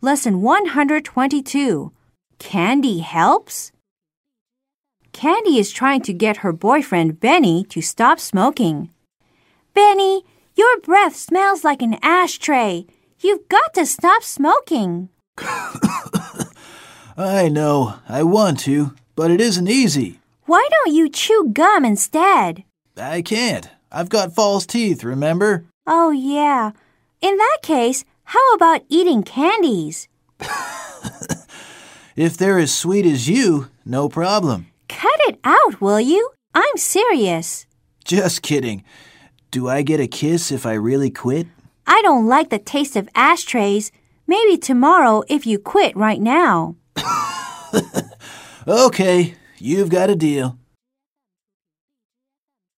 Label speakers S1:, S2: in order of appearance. S1: Lesson 122 Candy Helps? Candy is trying to get her boyfriend Benny to stop smoking. Benny, your breath smells like an ashtray. You've got to stop smoking.
S2: I know, I want to, but it isn't easy.
S1: Why don't you chew gum instead?
S2: I can't. I've got false teeth, remember?
S1: Oh, yeah. In that case, how about eating candies?
S2: If they're as sweet as you, no problem.
S1: Cut it out, will you? I'm serious.
S2: Just kidding. Do I get a kiss if I really quit?
S1: I don't like the taste of ashtrays. Maybe tomorrow if you quit right now.
S2: Okay, you've got a deal.